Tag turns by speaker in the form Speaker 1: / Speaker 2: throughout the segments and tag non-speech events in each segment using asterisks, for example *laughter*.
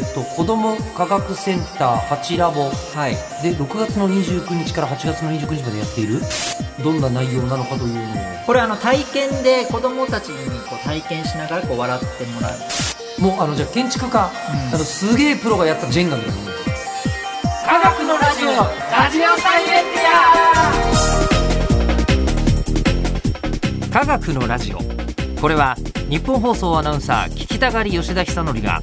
Speaker 1: っと、子ども科学センター8ラボ
Speaker 2: はい。
Speaker 1: で6月の29日から8月の29日までやっているどんな内容なのかというのを
Speaker 2: これあの体験で子供たちにこう体験しながらこう笑ってもらう。
Speaker 1: もうあのじゃあ建築家、
Speaker 2: うん
Speaker 1: あのすげえプロがやったジェンガみたいなもん
Speaker 2: 科学のラジオラジオサイエンティ
Speaker 1: 科学のラジオこれは日本放送アナウンサー聞きたがり吉田久則が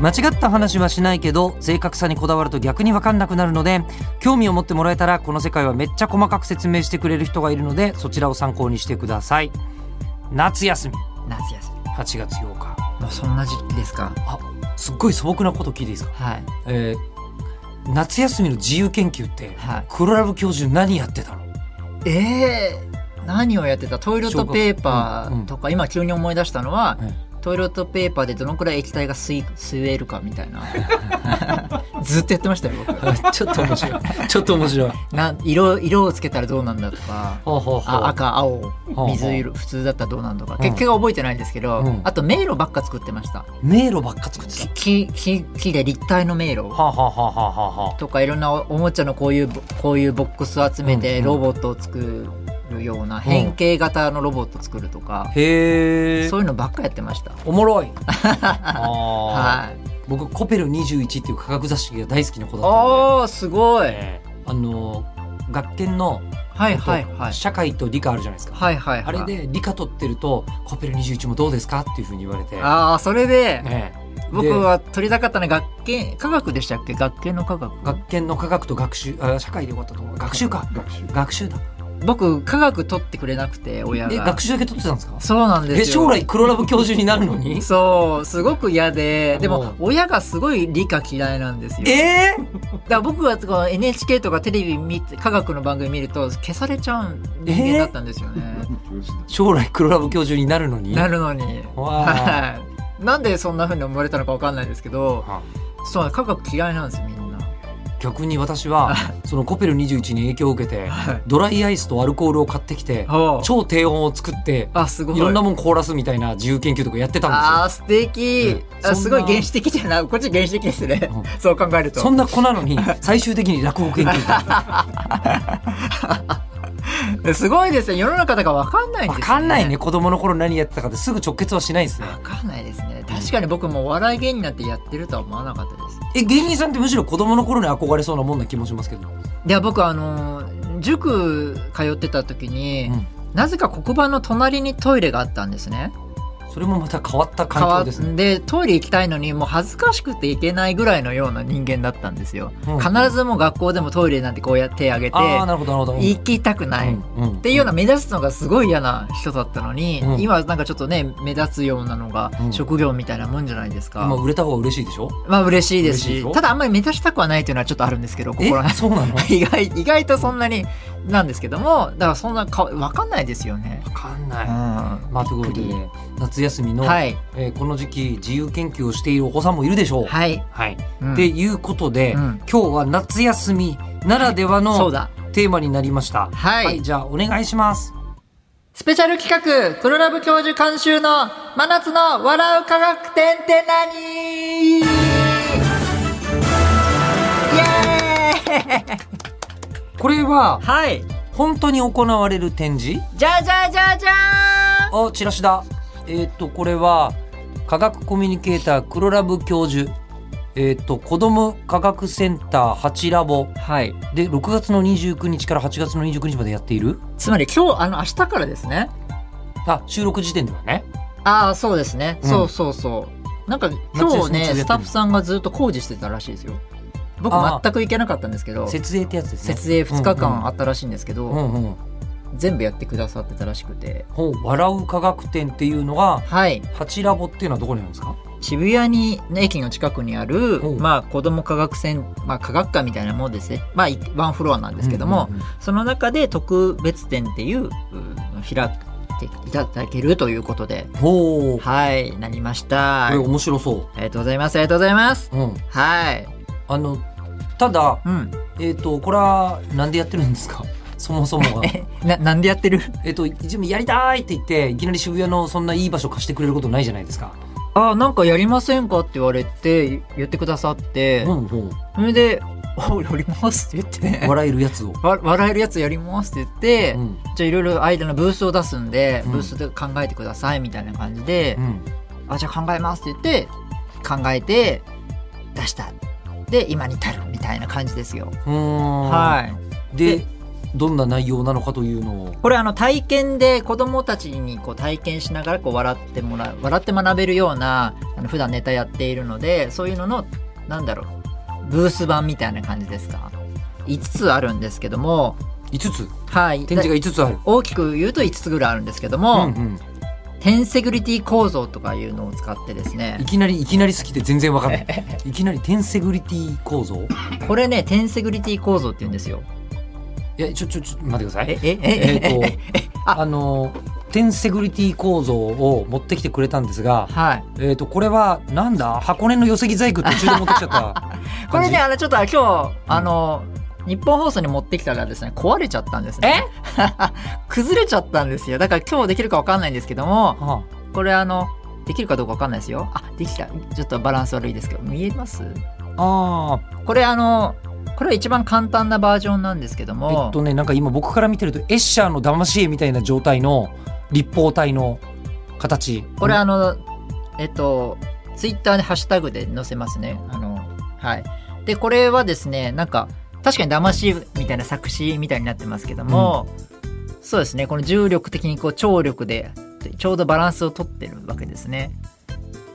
Speaker 1: 間違った話はしないけど正確さにこだわると逆に分かんなくなるので興味を持ってもらえたらこの世界はめっちゃ細かく説明してくれる人がいるのでそちらを参考にしてください夏休み
Speaker 2: 夏
Speaker 1: 8
Speaker 2: 休
Speaker 1: 月8日
Speaker 2: みもうそんな時期ですか
Speaker 1: あすっごい素朴なこと聞いていいですか、
Speaker 2: はい
Speaker 1: えー夏休みの自由研究って、
Speaker 2: はい
Speaker 1: 黒ラブ教授何やってたの
Speaker 2: えー、何をやってたトイレットペーパーとか、今急に思い出したのは、
Speaker 1: うん
Speaker 2: トイレットペーパーでどのくらい液体が吸い吸えるかみたいな *laughs* ずっとやってましたよ僕
Speaker 1: あ *laughs* ちょっと面 *laughs* 白いちょっと面白い
Speaker 2: な色色をつけたらどうなんだとか
Speaker 1: ほうほうほう
Speaker 2: あ赤青
Speaker 1: ほう
Speaker 2: 水色普通だったらどうなんとか
Speaker 1: うん
Speaker 2: 結果は覚えてないんですけど、
Speaker 1: うん
Speaker 2: あと迷路ばっか作ってました
Speaker 1: 迷路ばっか作ってた
Speaker 2: 木木木で立体の迷路
Speaker 1: はあ、はあはあはあはあ、
Speaker 2: とかいろんなおもちゃのこういうこういうボックスを集め
Speaker 1: う
Speaker 2: て
Speaker 1: んうん
Speaker 2: ロボットを作るような変形型のロボットを作るとか、
Speaker 1: へえ
Speaker 2: そういうのばっかやってました
Speaker 1: おもろ *laughs* いあー
Speaker 2: はい
Speaker 1: 僕コペル21っていう科学雑誌が大好きな子だっ
Speaker 2: あーすごい
Speaker 1: たんでええあのー学研の、
Speaker 2: はいはいはい
Speaker 1: 社会と理科あるじゃないですか、
Speaker 2: はいはい
Speaker 1: あ
Speaker 2: はい
Speaker 1: れで理科取ってるとコペル21もどうですかっていうふうに言われて
Speaker 2: ああそれで
Speaker 1: ええ
Speaker 2: 僕
Speaker 1: で
Speaker 2: は取りたかったのは学研科学でしたっけ学研の科学
Speaker 1: 学研の科学と学習あ社会でよかったと思う学習か
Speaker 2: 学習
Speaker 1: 学習だ
Speaker 2: 僕科学取ってくれなくて親
Speaker 1: で
Speaker 2: が
Speaker 1: 学習だけ取ってたんですか
Speaker 2: そうなんですよ
Speaker 1: え将来黒ラブ教授になるのに
Speaker 2: そうすごく嫌でで
Speaker 1: うん
Speaker 2: も親がすごい理科嫌いなんですよ
Speaker 1: ええ
Speaker 2: だから僕はこの NHK とかテレビ見て科学の番組見ると消されちゃう人間だったんですよね、
Speaker 1: 将来黒ラブ教授になるのに
Speaker 2: なるのに
Speaker 1: わあ
Speaker 2: はいなんでそんな風に思われたのかわかんないですけどそう科学嫌いなんですよみんな
Speaker 1: 逆に私はそのコペル21に影響を受けて
Speaker 2: はい
Speaker 1: ドライアイスとアルコールを買ってきて
Speaker 2: ほう
Speaker 1: 超低温を作って
Speaker 2: あすごい
Speaker 1: いろんなもん凍らすみたいな自由研究とかやってたん
Speaker 2: あー素敵、
Speaker 1: うん
Speaker 2: あすごい
Speaker 1: そんな
Speaker 2: 原始的じゃないこっち原始的ですね、
Speaker 1: う
Speaker 2: そう考え
Speaker 1: で
Speaker 2: る
Speaker 1: す
Speaker 2: と
Speaker 1: よそんな子なのに最終的に落語研究会
Speaker 2: すごいですね世の中だから分かんないん
Speaker 1: わ
Speaker 2: ですね
Speaker 1: かんないね子供の頃何やってたかってすぐ直結はしないですね
Speaker 2: 分かんないですね確かに僕もお笑い芸人なんてやってるとは思わなかったです
Speaker 1: え芸人さんってむしろ子供の頃に憧れそうなもんな気もしますけど、
Speaker 2: で僕あのー塾通ってた時に、
Speaker 1: うん
Speaker 2: なぜか黒板の隣にトイレがあったんですね
Speaker 1: それもまた変わった環境ですね
Speaker 2: 川でトイレ行きたいのにもう恥ずかしくて行けないぐらいのような人間だったんですよ、
Speaker 1: うん
Speaker 2: 必ずもう学校でもトイレなんてこうやって手挙げて
Speaker 1: ああなるほどなるほど
Speaker 2: 行きたくない、
Speaker 1: うんうん
Speaker 2: っていうような目立つのがすごい嫌な人だったのに、
Speaker 1: うん
Speaker 2: 今なんかちょっとね目立つようなのが
Speaker 1: うん
Speaker 2: 職業みたいなもんじゃないですか、
Speaker 1: 今売れた方が嬉しいでしょ
Speaker 2: まあ嬉しいです
Speaker 1: 嬉しいでし
Speaker 2: し
Speaker 1: ょ
Speaker 2: ただあんまり目立ちたくはないというのはちょっとあるんですけどこ
Speaker 1: え
Speaker 2: こら辺
Speaker 1: そう
Speaker 2: *laughs*
Speaker 1: なのわ
Speaker 2: 意外意外とそんなになんですけどもだからそんなかわかんないですよね。
Speaker 1: かんな
Speaker 2: う
Speaker 1: い
Speaker 2: ん
Speaker 1: まあということでね夏休みの、
Speaker 2: はい
Speaker 1: えーこの時期自由研究をしているお子さんもいるでしょう。い。
Speaker 2: はい。うん
Speaker 1: っていうことで、
Speaker 2: うん
Speaker 1: 今日は夏休みならでは
Speaker 2: そう
Speaker 1: の
Speaker 2: だ
Speaker 1: テーマになりました。
Speaker 2: はい
Speaker 1: じゃあお願いします。
Speaker 2: スペシャル企画黒ラブ教授監修の真夏の笑う科学展って何イエーイ
Speaker 1: これは
Speaker 2: はい
Speaker 1: 本当に行われる展示？
Speaker 2: じゃじゃじゃじゃ
Speaker 1: あチラシだ。えーっ、とこれは科学コミュニケーター黒ラブ教授。えーっ、と子ども科学センター8ラボ
Speaker 2: ーんはい
Speaker 1: で6月の29日から8月の29日までやっている
Speaker 2: つまり今日あの明日からですね
Speaker 1: あ収録時点ではね
Speaker 2: ああそうですね、
Speaker 1: うん
Speaker 2: そうそうそうなんか今
Speaker 1: 夏休み中
Speaker 2: 日
Speaker 1: やって
Speaker 2: ね
Speaker 1: る
Speaker 2: スタッフさんがずっと工事してたらしいですよ僕
Speaker 1: あー
Speaker 2: 全く行けなかったんですけど
Speaker 1: 設営ってやつですね
Speaker 2: 設営2日
Speaker 1: うんうん
Speaker 2: 間あったらしいんですけど、
Speaker 1: うんうん
Speaker 2: 全部やってくださってたらしくて
Speaker 1: ほう笑う科学展っていうのが
Speaker 2: はい
Speaker 1: 8ラボっていうのはどこにあるんですか
Speaker 2: 渋谷にの駅の近くにある、
Speaker 1: おう
Speaker 2: まあ、子ども科学セン、まあ、科学館みたいなものですね、まあ、いワンフロアなんですけども、
Speaker 1: うんうんうん
Speaker 2: その中で特別展っていううん開いていただけるということで
Speaker 1: ほう
Speaker 2: はいなりました、
Speaker 1: これ面白そ
Speaker 2: ありがとうございますありがとうございます
Speaker 1: う、うん、
Speaker 2: はい
Speaker 1: あのただ
Speaker 2: うん
Speaker 1: えっ、とこれはなんでやってるんですか *laughs* そもそもは
Speaker 2: えななんでやってる
Speaker 1: えっと自分やりたいって言っていきなり渋谷のそんないい場所貸してくれることないじゃないですか
Speaker 2: あなんかやりませんかって言われて言ってくださって、
Speaker 1: うんうん
Speaker 2: それで「おやります」って言って
Speaker 1: 笑えるやつを、
Speaker 2: わ笑えるやつやりますって言って、
Speaker 1: うん
Speaker 2: じゃあいろいろ間のブースを出すんで、
Speaker 1: うん
Speaker 2: ブースで考えてくださいみたいな感じで
Speaker 1: う、ん、
Speaker 2: あじゃあ考えますって言って考えて出したで今に至るみたいな感じですよ、
Speaker 1: うーん
Speaker 2: はい
Speaker 1: で
Speaker 2: で
Speaker 1: どんな内容なのかというのを
Speaker 2: これあの体験で子供たちにこう体験しながらこう笑ってもらう笑って学べるようなあの普段ネタやっているのでそういうののなんだろうブース版みたいな感じですか5つあるんですけども
Speaker 1: 5つ
Speaker 2: はい
Speaker 1: 展示が5つある、
Speaker 2: 大きく言うと5つぐらいあるんですけど
Speaker 1: う
Speaker 2: も、
Speaker 1: んうん、
Speaker 2: テンセグリティ構造とかいうのを使ってですね
Speaker 1: いきなりいきなり好きで全然わかんないいきなりテンセグリティ構造
Speaker 2: これねテンセグリティ構造って言うんですよ
Speaker 1: いやちょちょちょ待ってください
Speaker 2: えええ
Speaker 1: えっ、
Speaker 2: え
Speaker 1: とあのテンセグリティ構造を持ってきてくれたんですが
Speaker 2: はい
Speaker 1: えっ、とこれはなんだ箱根の寄せ木細工途中で持ってきちゃった
Speaker 2: *laughs* これね
Speaker 1: 感
Speaker 2: あのちょっと今日あの日本放送に持ってきたらですね壊れちゃったんですね *laughs* 崩れちゃったんですよだから今日できるかわかんないんですけども
Speaker 1: じは
Speaker 2: これあのできるかどうかわかんないですよあできたちょっとバランス悪いですけど見えます
Speaker 1: あ
Speaker 2: これあのこれは一番簡単なバージョンなんですけど
Speaker 1: あー
Speaker 2: も
Speaker 1: えっとねなんか今僕から見てるとエッシャーの騙し絵みたいな状態の立方体の形
Speaker 2: これあの、えっと、ツイッターでハッシュタグで載せますね。あの、はい。で、これはですね、なんか、確かに騙しみたいな作詞みたいになってますけども、そうですね、この重力的にこう張力で、ちょうどバランスをとってるわけですね。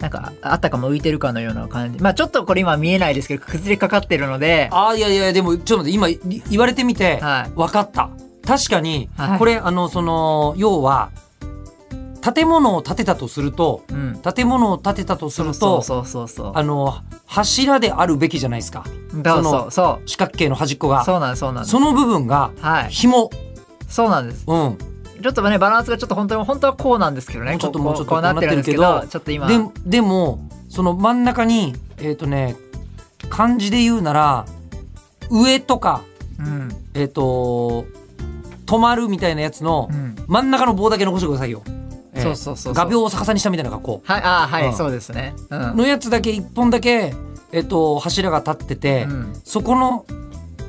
Speaker 2: なんか、あったかも浮いてるかのような感じ。まあちょっとこれ今見えないですけど、崩れかかってるので、
Speaker 1: あーいやいやでもちょっと待って今い言われてみて
Speaker 2: はい。
Speaker 1: 分かった確かに、
Speaker 2: はい
Speaker 1: これあのその要は建物を建てたとすると
Speaker 2: うん。
Speaker 1: 建物を建てたとすると
Speaker 2: そうそうそうそう。
Speaker 1: あの柱であるべきじゃないですか
Speaker 2: そうそうそう。
Speaker 1: 四角形の端っこが
Speaker 2: そうなんです、そうなんです
Speaker 1: そ。の部分が
Speaker 2: はい。
Speaker 1: 紐、
Speaker 2: そうなんです。
Speaker 1: うん
Speaker 2: ちょっとねバランスがちょっと本当は本当はこうなんですけどね
Speaker 1: もうちょっと
Speaker 2: こう
Speaker 1: もうちょっと
Speaker 2: こうなってるんですけ
Speaker 1: なってる
Speaker 2: ど
Speaker 1: けど
Speaker 2: ちょっと今
Speaker 1: ででもその真ん中にえっ、とね漢字で言うなら上とか
Speaker 2: うん
Speaker 1: えっ、と止まるみたいなやつの
Speaker 2: うん
Speaker 1: 真ん中の棒だけ残してくださいよ、えー
Speaker 2: そうそうそうそう
Speaker 1: 画鋲を逆さにしたみたいな格好
Speaker 2: はいあーはい、
Speaker 1: うん
Speaker 2: そうですねうん、
Speaker 1: のやつだけ一本だけ、えっと柱が立ってて、
Speaker 2: うん
Speaker 1: そこの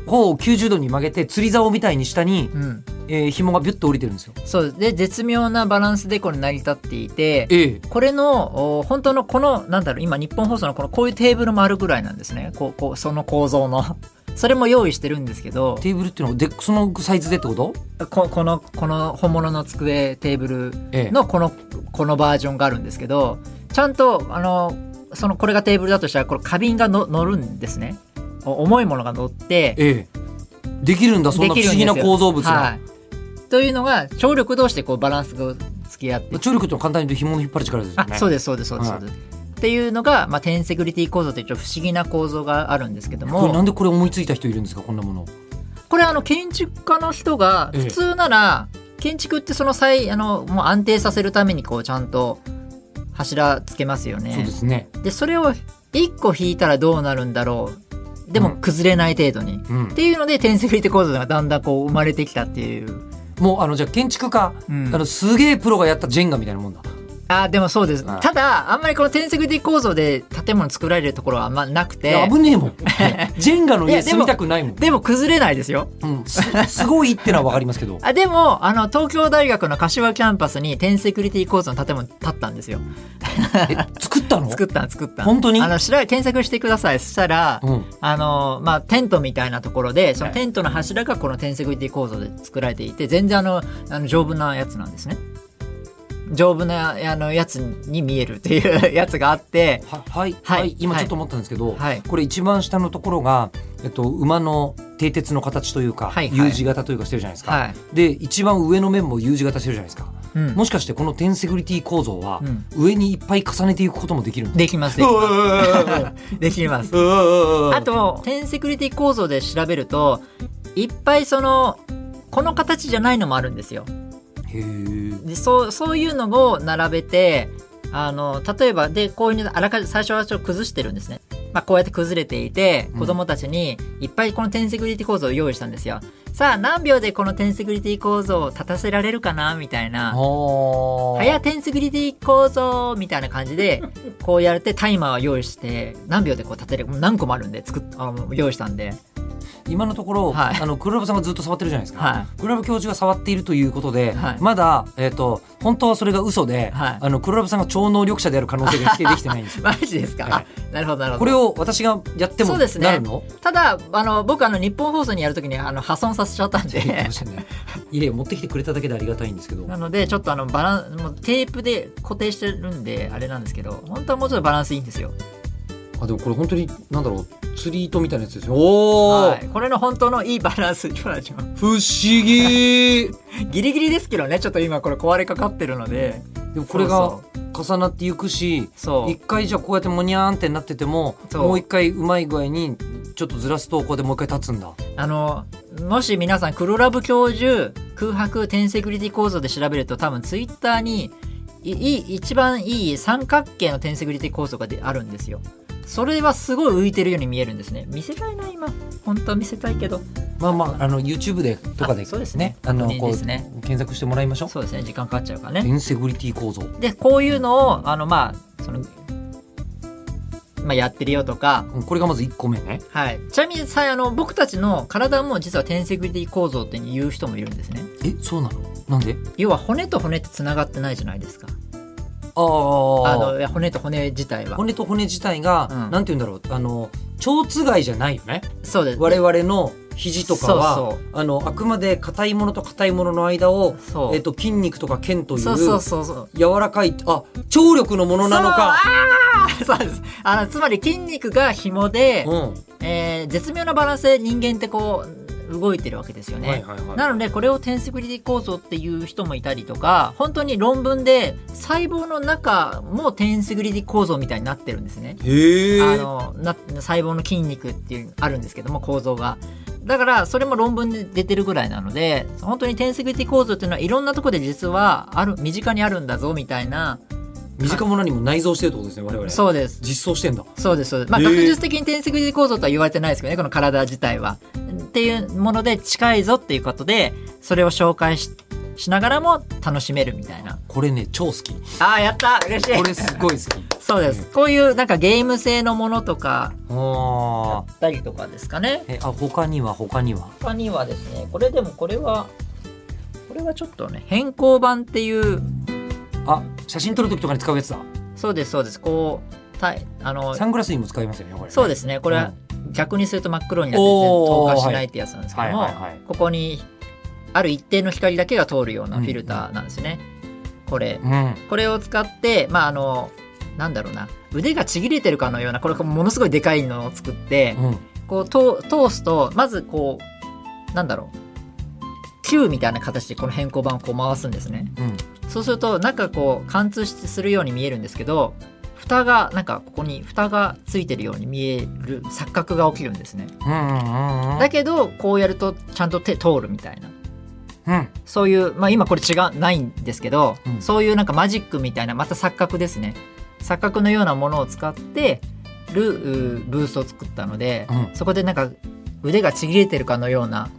Speaker 1: 方を90度に曲げて釣り竿みたいに下に、
Speaker 2: うん
Speaker 1: えー紐がビュッと降りてるんですよ。
Speaker 2: そうで絶妙なバランスでこれ成り立っていて
Speaker 1: え
Speaker 2: これのお本当のこのなんだろう今日本放送のこのこういうテーブルもあるぐらいなんですねこうこうその構造の *laughs* それも用意してるんですけど
Speaker 1: テーブルっていうのはでそのサイズでってこと、
Speaker 2: ここのこの本物の机テーブル
Speaker 1: ええ
Speaker 2: のこのこのバージョンがあるんですけどちゃんとあのそのこれがテーブルだとしたらこれ花瓶がの乗るんですねお重いものが乗って
Speaker 1: ええできるんだそんな不
Speaker 2: できる
Speaker 1: 思
Speaker 2: ん
Speaker 1: 議
Speaker 2: です
Speaker 1: な
Speaker 2: よ
Speaker 1: 構造物が。
Speaker 2: はい、というのが張力同士でこうバランスが付き合って
Speaker 1: 張力ってのは簡単に言うと紐の引っ張る力ですよね。
Speaker 2: あそう
Speaker 1: で
Speaker 2: ですそうですそうです、
Speaker 1: はい
Speaker 2: そうですっていうのが、まあ、テンセグリティ構造というちょっと不思議な構造があるんですけど
Speaker 1: これなん
Speaker 2: も
Speaker 1: でこれ思いついた人いるんですかこんなもの。
Speaker 2: これあの建築家の人が
Speaker 1: ええ
Speaker 2: 普通なら建築ってその際あのもう安定させるためにこうちゃんと柱つけますよね。
Speaker 1: そうですね。
Speaker 2: でそれを1個引いたらどうなるんだろうでも
Speaker 1: うん
Speaker 2: 崩れない程度に、っ
Speaker 1: うん、
Speaker 2: ていうのでテンセグリティ構造がだんだんこう生まれてきたっていう、
Speaker 1: もうあのじゃあ建築家、
Speaker 2: うん
Speaker 1: あのすげえプロがやったジェンガみたいなもんだ。
Speaker 2: あでもそうです
Speaker 1: はい
Speaker 2: ただあんまりこのテンセグリティ構造で建物作られるところはあんまなく
Speaker 1: *laughs* いや
Speaker 2: て
Speaker 1: 危ねえもん。ジェンガの
Speaker 2: い
Speaker 1: 家
Speaker 2: やで
Speaker 1: 住
Speaker 2: も
Speaker 1: みたくないもん。
Speaker 2: でも崩れないですよ
Speaker 1: うん、すすごいってのはわかりますけ *laughs* ど。
Speaker 2: あでもあの東京大学の柏キャンパスにテンセグリティ構造の建物建ったんですよ
Speaker 1: え作ったの
Speaker 2: 作ったん作ったん
Speaker 1: 本当に
Speaker 2: あの調べ検索してくださいそしたら、
Speaker 1: うん、
Speaker 2: あのまあ、テントみたいなところでそ
Speaker 1: は
Speaker 2: の
Speaker 1: い
Speaker 2: テントの柱がこのテンセグリティ構造で作られていて全然あのあの丈夫なやつなんですね丈夫なあのやつに見えるっていうやつがあって
Speaker 1: ははい、は
Speaker 2: はいい
Speaker 1: 今
Speaker 2: は
Speaker 1: ち
Speaker 2: い
Speaker 1: ょっと思ったんですけど、
Speaker 2: はい
Speaker 1: これ一番下のところが、えっと、馬の蹄鉄の形というか、
Speaker 2: はいはい
Speaker 1: U 字型というかしてるじゃないですか、
Speaker 2: はい
Speaker 1: で一番上の面も U 字型してるじゃないですか、
Speaker 2: うん
Speaker 1: もしかしてこのテンセグリティ構造は、
Speaker 2: うん
Speaker 1: 上にいっぱい重ねていくこともできるんです
Speaker 2: できます *laughs* できます
Speaker 1: か
Speaker 2: できますあ
Speaker 1: あ
Speaker 2: とテンセクリティ構造で調べるといっぱいそのこの形じゃないのもあるんですよ
Speaker 1: へえ
Speaker 2: でそうそういうのを並べてあの例えばでこういうのあらかじめ最初はちょっと崩してるんですね、まあ、こうやって崩れていて
Speaker 1: うん
Speaker 2: 子供たちにいっぱいこのテンセクリティ構造を用意したんですよ、さあ何秒でこのテンセクリティ構造を立たせられるかなみたいな
Speaker 1: 早
Speaker 2: 早テンセクリティ構造みたいな感
Speaker 1: *laughs*
Speaker 2: じでこうやってタイマーを用意して何秒でこう立てるもう何個もあるんで作っあの用意したんで
Speaker 1: 今のところ、
Speaker 2: はい
Speaker 1: あの黒ラブさんがずっと触ってるじゃないですか、
Speaker 2: は
Speaker 1: 黒ラブ教授が触っているということで、
Speaker 2: はい
Speaker 1: まだ、えー、と本当はそれが嘘で、
Speaker 2: はい
Speaker 1: あの黒ラブさんが超能力者である可能性が否定できてないんです
Speaker 2: い
Speaker 1: よ。
Speaker 2: *laughs* マジですか、
Speaker 1: はい
Speaker 2: あなるほどなるほど
Speaker 1: これを私がやっても
Speaker 2: そうですね
Speaker 1: なるの、
Speaker 2: ただあの僕あの日本放送にやるときにあの破損させちゃったん
Speaker 1: 言
Speaker 2: で
Speaker 1: ってましたね *laughs* いやいや持ってきてくれただけでありがたいんですけど
Speaker 2: なのでちょっとあのバランもうテープで固定してるんであれなんですけど本当はもうちょっとバランスいいんですよ、
Speaker 1: あでもこれ本当になんだろう釣り糸みたいなやつですよおー、
Speaker 2: はい、これの本当のいいバランス今のちょ
Speaker 1: 不思
Speaker 2: *laughs*
Speaker 1: 議
Speaker 2: ギリギリですけどねちょっと今これ壊れかかってるので
Speaker 1: でもこれ
Speaker 2: そ
Speaker 1: が
Speaker 2: う
Speaker 1: 重なっていくし
Speaker 2: そう
Speaker 1: 一回じゃあこうやってモニャーンってなってても
Speaker 2: そう
Speaker 1: もう一回うまい具合にちょっとずらすとこうやってもう一回立つんだ
Speaker 2: あのもし皆さん黒ラブ教授空白点セキュリティ構造で調べると多分ツイッターにいいい一番いい三角形の点セキュリティ構造がであるんですよそれはすごい浮いてるように見えるんですね見せたいな今本当は見せたいけど
Speaker 1: まあまああの YouTube でとかで
Speaker 2: あそうですね
Speaker 1: あの
Speaker 2: 確認
Speaker 1: こ
Speaker 2: で
Speaker 1: う
Speaker 2: すね
Speaker 1: 検索してもらいましょう
Speaker 2: そうですね時間かかっちゃうから
Speaker 1: イ
Speaker 2: ね
Speaker 1: ンセグリティ構造
Speaker 2: でこういうのをあのまあそのまあやってるよとか
Speaker 1: うんこれがまず1個目ね
Speaker 2: はいちなみにさあの僕たちの体も実は点セキュリティ構造って言う人もいるんですね
Speaker 1: えそうなのなんで
Speaker 2: 要は骨と骨ってつながってないじゃないですか
Speaker 1: あ
Speaker 2: あ
Speaker 1: あ
Speaker 2: の骨と骨自体は
Speaker 1: 骨と骨自体が、
Speaker 2: うん
Speaker 1: なんて言うんだろうあの蝶つがいじゃないよね
Speaker 2: そうです
Speaker 1: 我々の肘とかは
Speaker 2: そう
Speaker 1: あのあくまで硬いものと硬いものの間を、
Speaker 2: そう、
Speaker 1: えっと筋肉とか腱という
Speaker 2: そうそうそうそう
Speaker 1: 柔らかいあ張力のものなのか
Speaker 2: そうあー *laughs* そうですあのつまり筋肉が紐で、
Speaker 1: うん
Speaker 2: えー絶妙なバランスで人間ってこう動いてるわけですよね、
Speaker 1: はいはいはい
Speaker 2: なのでこれをテンセビリティ構造っていう人もいたりとか本当に論文で細胞の中もテンセビリティ構造みたいになってるんですね
Speaker 1: へえ
Speaker 2: あのな細胞の筋肉っていうあるんですけども構造がだからそれも論文で出てるぐらいなので本当にテンセグリティ構造っていうのはいろんなとこで実はある身近にあるんだぞみたいな
Speaker 1: 身近も何も内蔵してるってことですね我々
Speaker 2: そうです
Speaker 1: 実装してんだ
Speaker 2: そうですそうですまあ
Speaker 1: へえ
Speaker 2: 学術的にテンセグリティ構造とは言われてないですけどねこの体自体はっていうもので近いぞっていうことでそれを紹介ししながらも楽しめるみたいな
Speaker 1: これね超好きこ
Speaker 2: あーやった嬉しい
Speaker 1: れすご
Speaker 2: *laughs*
Speaker 1: い好き
Speaker 2: そうですこういうなんかゲーム性のものとか
Speaker 1: あー
Speaker 2: だったりとかですかね
Speaker 1: えあ他には他には
Speaker 2: 他にはですねこれでもこれはこれはちょっとね変更版っていう
Speaker 1: あ写真撮る時とかに使うやつだ
Speaker 2: そうですそうですこうたいあの
Speaker 1: サングラスにも使いますよねこれ
Speaker 2: そうですすねこれは逆にすると真っ黒になって
Speaker 1: お
Speaker 2: 透
Speaker 1: ー
Speaker 2: 過しないってやつなんですけども、
Speaker 1: はいはいはいはい
Speaker 2: ここにある一定の光だけが通るようなフィルターなんですね、これ
Speaker 1: うん
Speaker 2: これを使ってまああのなんだろうな腕がちぎれてるかのようなこれものすごいでかいのを作って、
Speaker 1: うん
Speaker 2: こうと通すとまずこうなんだろう球みたいな形でこの変更板をこう回すんですね
Speaker 1: うん
Speaker 2: そうするとなんかこう貫通しするように見えるんですけど蓋がなんかここに蓋がついてるように見える錯覚が起きるんですね
Speaker 1: うんうんうん
Speaker 2: だけどこうやるとちゃんと手通るみたいな
Speaker 1: うん
Speaker 2: そういうまあ今これ違うないんですけど、
Speaker 1: うん
Speaker 2: そういうなんかマジックみたいなまた錯覚ですね錯覚のようなものを使ってるうブースを作ったので、
Speaker 1: うん
Speaker 2: そこでなんか腕がちぎれてるかのような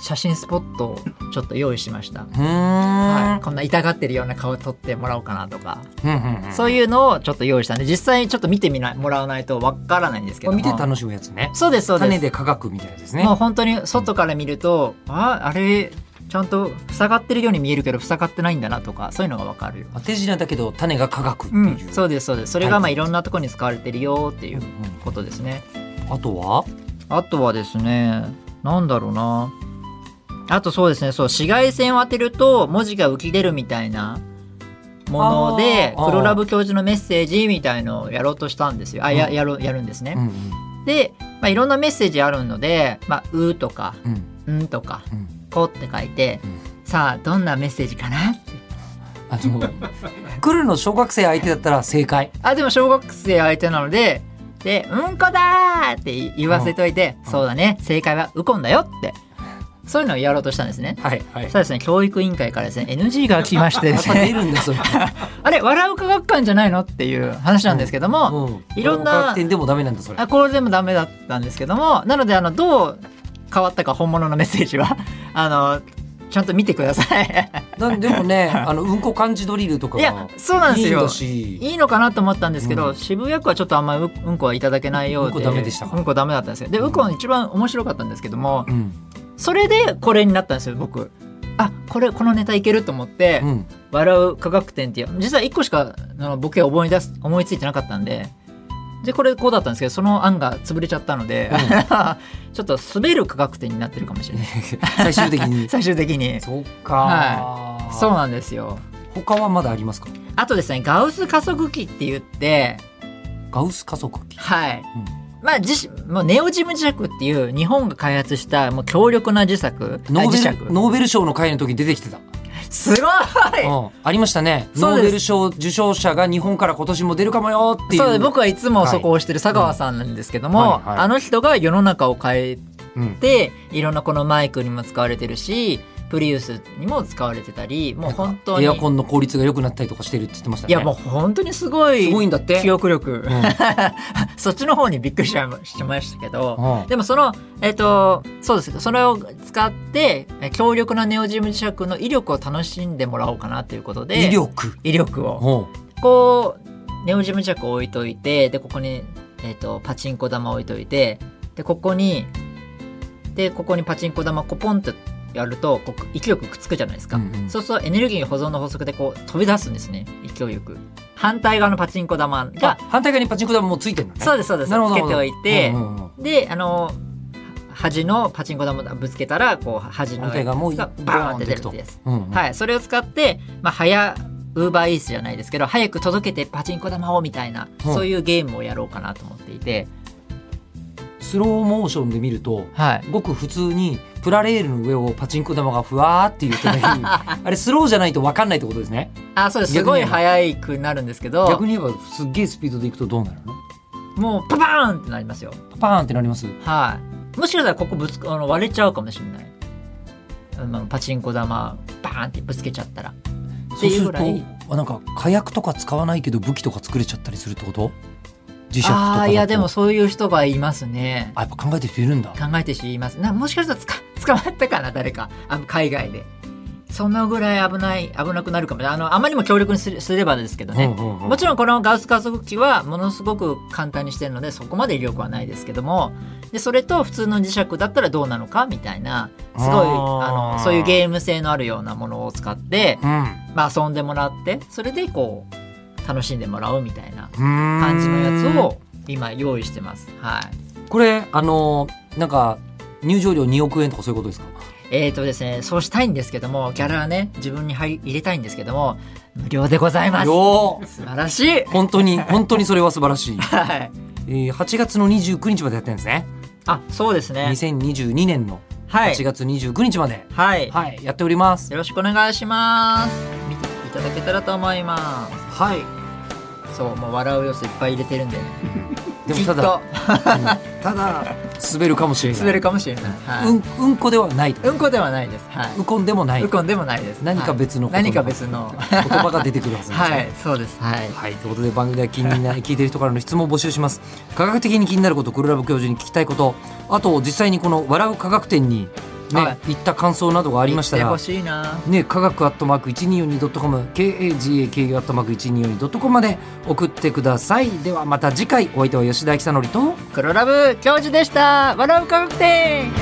Speaker 2: 写真スポットをちょっと用意しました、
Speaker 1: うーん
Speaker 2: はい、こんな痛がってるような顔撮ってもらおうかなとか、
Speaker 1: うんうんうん
Speaker 2: そういうのをちょっと用意したんで実際にちょっと見てみなもらわないとわからないんですけ
Speaker 1: こ
Speaker 2: ど
Speaker 1: れ
Speaker 2: も
Speaker 1: 見て楽しむやつね
Speaker 2: そうですそうです
Speaker 1: 種で科学みたいなやつですね
Speaker 2: もう本当に外から見ると、ああれちゃんと塞がってるように見えるけど塞がってないんだなとかそういうのがわかるよ、
Speaker 1: あ手品だけど種が科学って
Speaker 2: う
Speaker 1: い
Speaker 2: ん、
Speaker 1: う
Speaker 2: そうですそうですそれがま
Speaker 1: は
Speaker 2: あ
Speaker 1: い
Speaker 2: いろんなところに使われてるよっていううん
Speaker 1: うん
Speaker 2: ことですね
Speaker 1: あとは
Speaker 2: あとはですねなんだろうなあとそうですねそう紫外線を当てると文字が浮き出るみたいなもので
Speaker 1: あー
Speaker 2: 黒ラブ教授のメッセージみたいのをやろうとしたんですよあや
Speaker 1: うん
Speaker 2: やろうやるんですね、
Speaker 1: うん
Speaker 2: でまあ、いろんなメッセージあるので「まあ、う」とか
Speaker 1: うん
Speaker 2: 「ん」とか
Speaker 1: うん
Speaker 2: 「こ」って書いて、
Speaker 1: うん
Speaker 2: さあどんなメッセージかなって
Speaker 1: あの来るの小学生相手だったら正解
Speaker 2: あでも小学生相手なので「でうんこだ!」って言言わせといて「
Speaker 1: うん
Speaker 2: そうだね正解はウコンだよ」ってそういうのをやろうとしたんですね。
Speaker 1: はいはい
Speaker 2: そうですね教育委員会からですね NG が来ましてで
Speaker 1: *laughs* やっ
Speaker 2: す
Speaker 1: ぱ
Speaker 2: ね
Speaker 1: 出るんだそれ、
Speaker 2: あれ笑う科学館じゃないのっていう話なんですけども、
Speaker 1: うん、
Speaker 2: いろんな
Speaker 1: 学点でもダメなんだそれ
Speaker 2: あこれでもダメだったんですけどもなのであのどう変わったか本物のメッセージはあのちゃんと見てください
Speaker 1: なんでも
Speaker 2: *laughs*
Speaker 1: ねあのうんこ漢字ドリルとか
Speaker 2: いや
Speaker 1: が
Speaker 2: そうなんで
Speaker 1: い
Speaker 2: す
Speaker 1: いん
Speaker 2: よ
Speaker 1: だし
Speaker 2: いいのかなと思ったんですけど、
Speaker 1: うん
Speaker 2: 渋谷区はちょっとあんまりううんこはいただけないようで
Speaker 1: うんこダメでしたか
Speaker 2: うんこダメだったんですよで
Speaker 1: うん
Speaker 2: うんこの一番面白かったんですけども
Speaker 1: うん
Speaker 2: それでこれになったんですよ僕あこれこのネタいけると思って「
Speaker 1: うん
Speaker 2: 笑う科学展」っていう実は1個しかあのボケを思い出す思いついてなかったんででこれこうだったんですけどその案が潰 *laughs* れちゃったので、ちょっと滑る科学展になってるかもし
Speaker 1: *laughs*
Speaker 2: れない
Speaker 1: 最終的
Speaker 2: *laughs*
Speaker 1: に
Speaker 2: 最終的に
Speaker 1: そうか、
Speaker 2: はそうなんですよ
Speaker 1: 他はまだありますか
Speaker 2: あとですねガウス加速器って言って
Speaker 1: ガウス加速器
Speaker 2: はい。まあ、磁石、もうネオジム磁石っていう日本が開発したもう強力な磁石。
Speaker 1: ノ
Speaker 2: あ
Speaker 1: ーベ
Speaker 2: 磁
Speaker 1: ル
Speaker 2: 石。
Speaker 1: ノーベル賞の会の時出てきてた、
Speaker 2: すごい
Speaker 1: うん、ありましたね
Speaker 2: そう
Speaker 1: ノ
Speaker 2: です
Speaker 1: ーベル賞受賞者が日本から今年も出るかもよっていう
Speaker 2: そう僕はいつもそこを推してる佐川さんなんですけども、
Speaker 1: はいはい
Speaker 2: あの人が世の中を変え
Speaker 1: うん
Speaker 2: ていろんなこのマイクにも使われてるしプリウスにも使われてたりもう本当に
Speaker 1: エアコンの効率が良くなったりとかしてるって言ってましたね
Speaker 2: いやもう本当にすごい
Speaker 1: すごいんだって
Speaker 2: 記憶力、
Speaker 1: ん
Speaker 2: *laughs* そっちの方にびっくりしちゃいましましたけど、
Speaker 1: うん
Speaker 2: でもその、えっ、と、そうです。それを使って、え強力なネオジム磁石の威力を楽しんでもらおうかなということで、
Speaker 1: 威力
Speaker 2: 威力を。
Speaker 1: うん
Speaker 2: こう、ネオジム磁石を置いといて、で、ここに、えっ、と、パチンコ玉を置いといて、で、ここに、で、ここにパチンコ玉、こうポンってやると、こう勢いよくくっつくじゃないですか。
Speaker 1: うんうん
Speaker 2: そうするとエネルギー保存の法則でこう飛び出すんですね。勢いよく。反対側のパチンコ玉
Speaker 1: あ
Speaker 2: が、
Speaker 1: 反対側にパチンコ玉もうついてるのね
Speaker 2: そうです、そうです。つ
Speaker 1: なるほど
Speaker 2: けておいて、
Speaker 1: うんうんうん
Speaker 2: であのは端のパチンコ玉をぶつけたらこう端の
Speaker 1: 反対側もう
Speaker 2: がバーンって出るってやつ、
Speaker 1: うんうん
Speaker 2: はい、それを使って、まあ、早ウーバーイースじゃないですけど早く届けてパチンコ玉をみたいな、
Speaker 1: うん
Speaker 2: そういうゲームをやろうかなと思っていて、
Speaker 1: スローモーションで見ると
Speaker 2: はい、
Speaker 1: ごく普通にプラレールの上をパチンコ玉がふわーって言ってたり
Speaker 2: *laughs*
Speaker 1: あれスローじゃないと分かんないってことですね
Speaker 2: あそうです
Speaker 1: 逆に
Speaker 2: すごい早くなるんですけど
Speaker 1: 逆に言えばすっげえスピードでいくとどうなるの
Speaker 2: もうパパーンってなりますよ
Speaker 1: パーンってなります
Speaker 2: はいもしかしたらここぶつあの割れちゃうかもしれないあのパチンコ玉バーンってぶつけちゃったら
Speaker 1: そうす
Speaker 2: いう
Speaker 1: る
Speaker 2: ぐ
Speaker 1: と
Speaker 2: らい
Speaker 1: あなんか火薬とか使わないけど武器とか作れちゃったりするってこと磁石とかだと
Speaker 2: ああーいやでもそういう人がいますね
Speaker 1: あやっぱ考えてる人いるんだ
Speaker 2: 考えて知りますなもしかしたらつか捕まったかな誰かあ海外でそのぐらい危ない危なくなるかもあのあまりにも強力にすれすればですけどね、
Speaker 1: うんうんうん
Speaker 2: もちろんこのガウス加速器はものすごく簡単にしてるのでそこまで威力はないですけどもでそれと普通の磁石だったらどうなのかみたいなすご
Speaker 1: あ
Speaker 2: い
Speaker 1: ー
Speaker 2: あのそういうゲーム性のあるようなものを使って、
Speaker 1: うん
Speaker 2: まあ、遊んでもらってそれでこう楽しんでもらうみたいな
Speaker 1: 感
Speaker 2: 感じのやつを今用意してます。はい
Speaker 1: これあのなんか入場料2億円とかそういうことですか
Speaker 2: えーとですね、そうしたいんですけども、ギャラはね、自分に入入れたいんですけども、無料でございます。
Speaker 1: よー
Speaker 2: 素晴らしい。
Speaker 1: 本当に本当にそれは素晴らしい、
Speaker 2: はい。
Speaker 1: えー、8月の29日までやってるんですね
Speaker 2: あ、そうですね。
Speaker 1: 2022年の
Speaker 2: はい
Speaker 1: 8。月29日まで、
Speaker 2: はい。よ
Speaker 1: はい、やっております。
Speaker 2: ろしくお願いします。見ていただけたらと思いま
Speaker 1: はい。
Speaker 2: す。そう、もう笑う要素いっぱい入れてるんで、
Speaker 1: で
Speaker 2: き
Speaker 1: も
Speaker 2: っと
Speaker 1: ただ、ただ滑るかもしれない。
Speaker 2: 滑るかもしれない。はい。
Speaker 1: うん、うんこではないと。
Speaker 2: うんこではないです。はい。
Speaker 1: うこんでもない。
Speaker 2: う
Speaker 1: 言
Speaker 2: こんでもないです。
Speaker 1: 何か別の
Speaker 2: はい何か別の。
Speaker 1: 葉が出てくるはずなんですね
Speaker 2: *laughs* はい、そうです。はい。
Speaker 1: はい、ということで番組では気にな聞いてる人からの質問を募集します科学的に気になることクルラブ教授に聞きたいことあと実際にこの「笑う科学展に、ね」
Speaker 2: はい
Speaker 1: 行った感想などがありました
Speaker 2: 言って
Speaker 1: ら
Speaker 2: ほしいな。
Speaker 1: ね、科学アットマーク 1242.com KAGAKU アットマーク 1242.com まで送ってくださいではまた次回お相手は吉田久典と
Speaker 2: 黒ラブ教授でした。笑う科学展。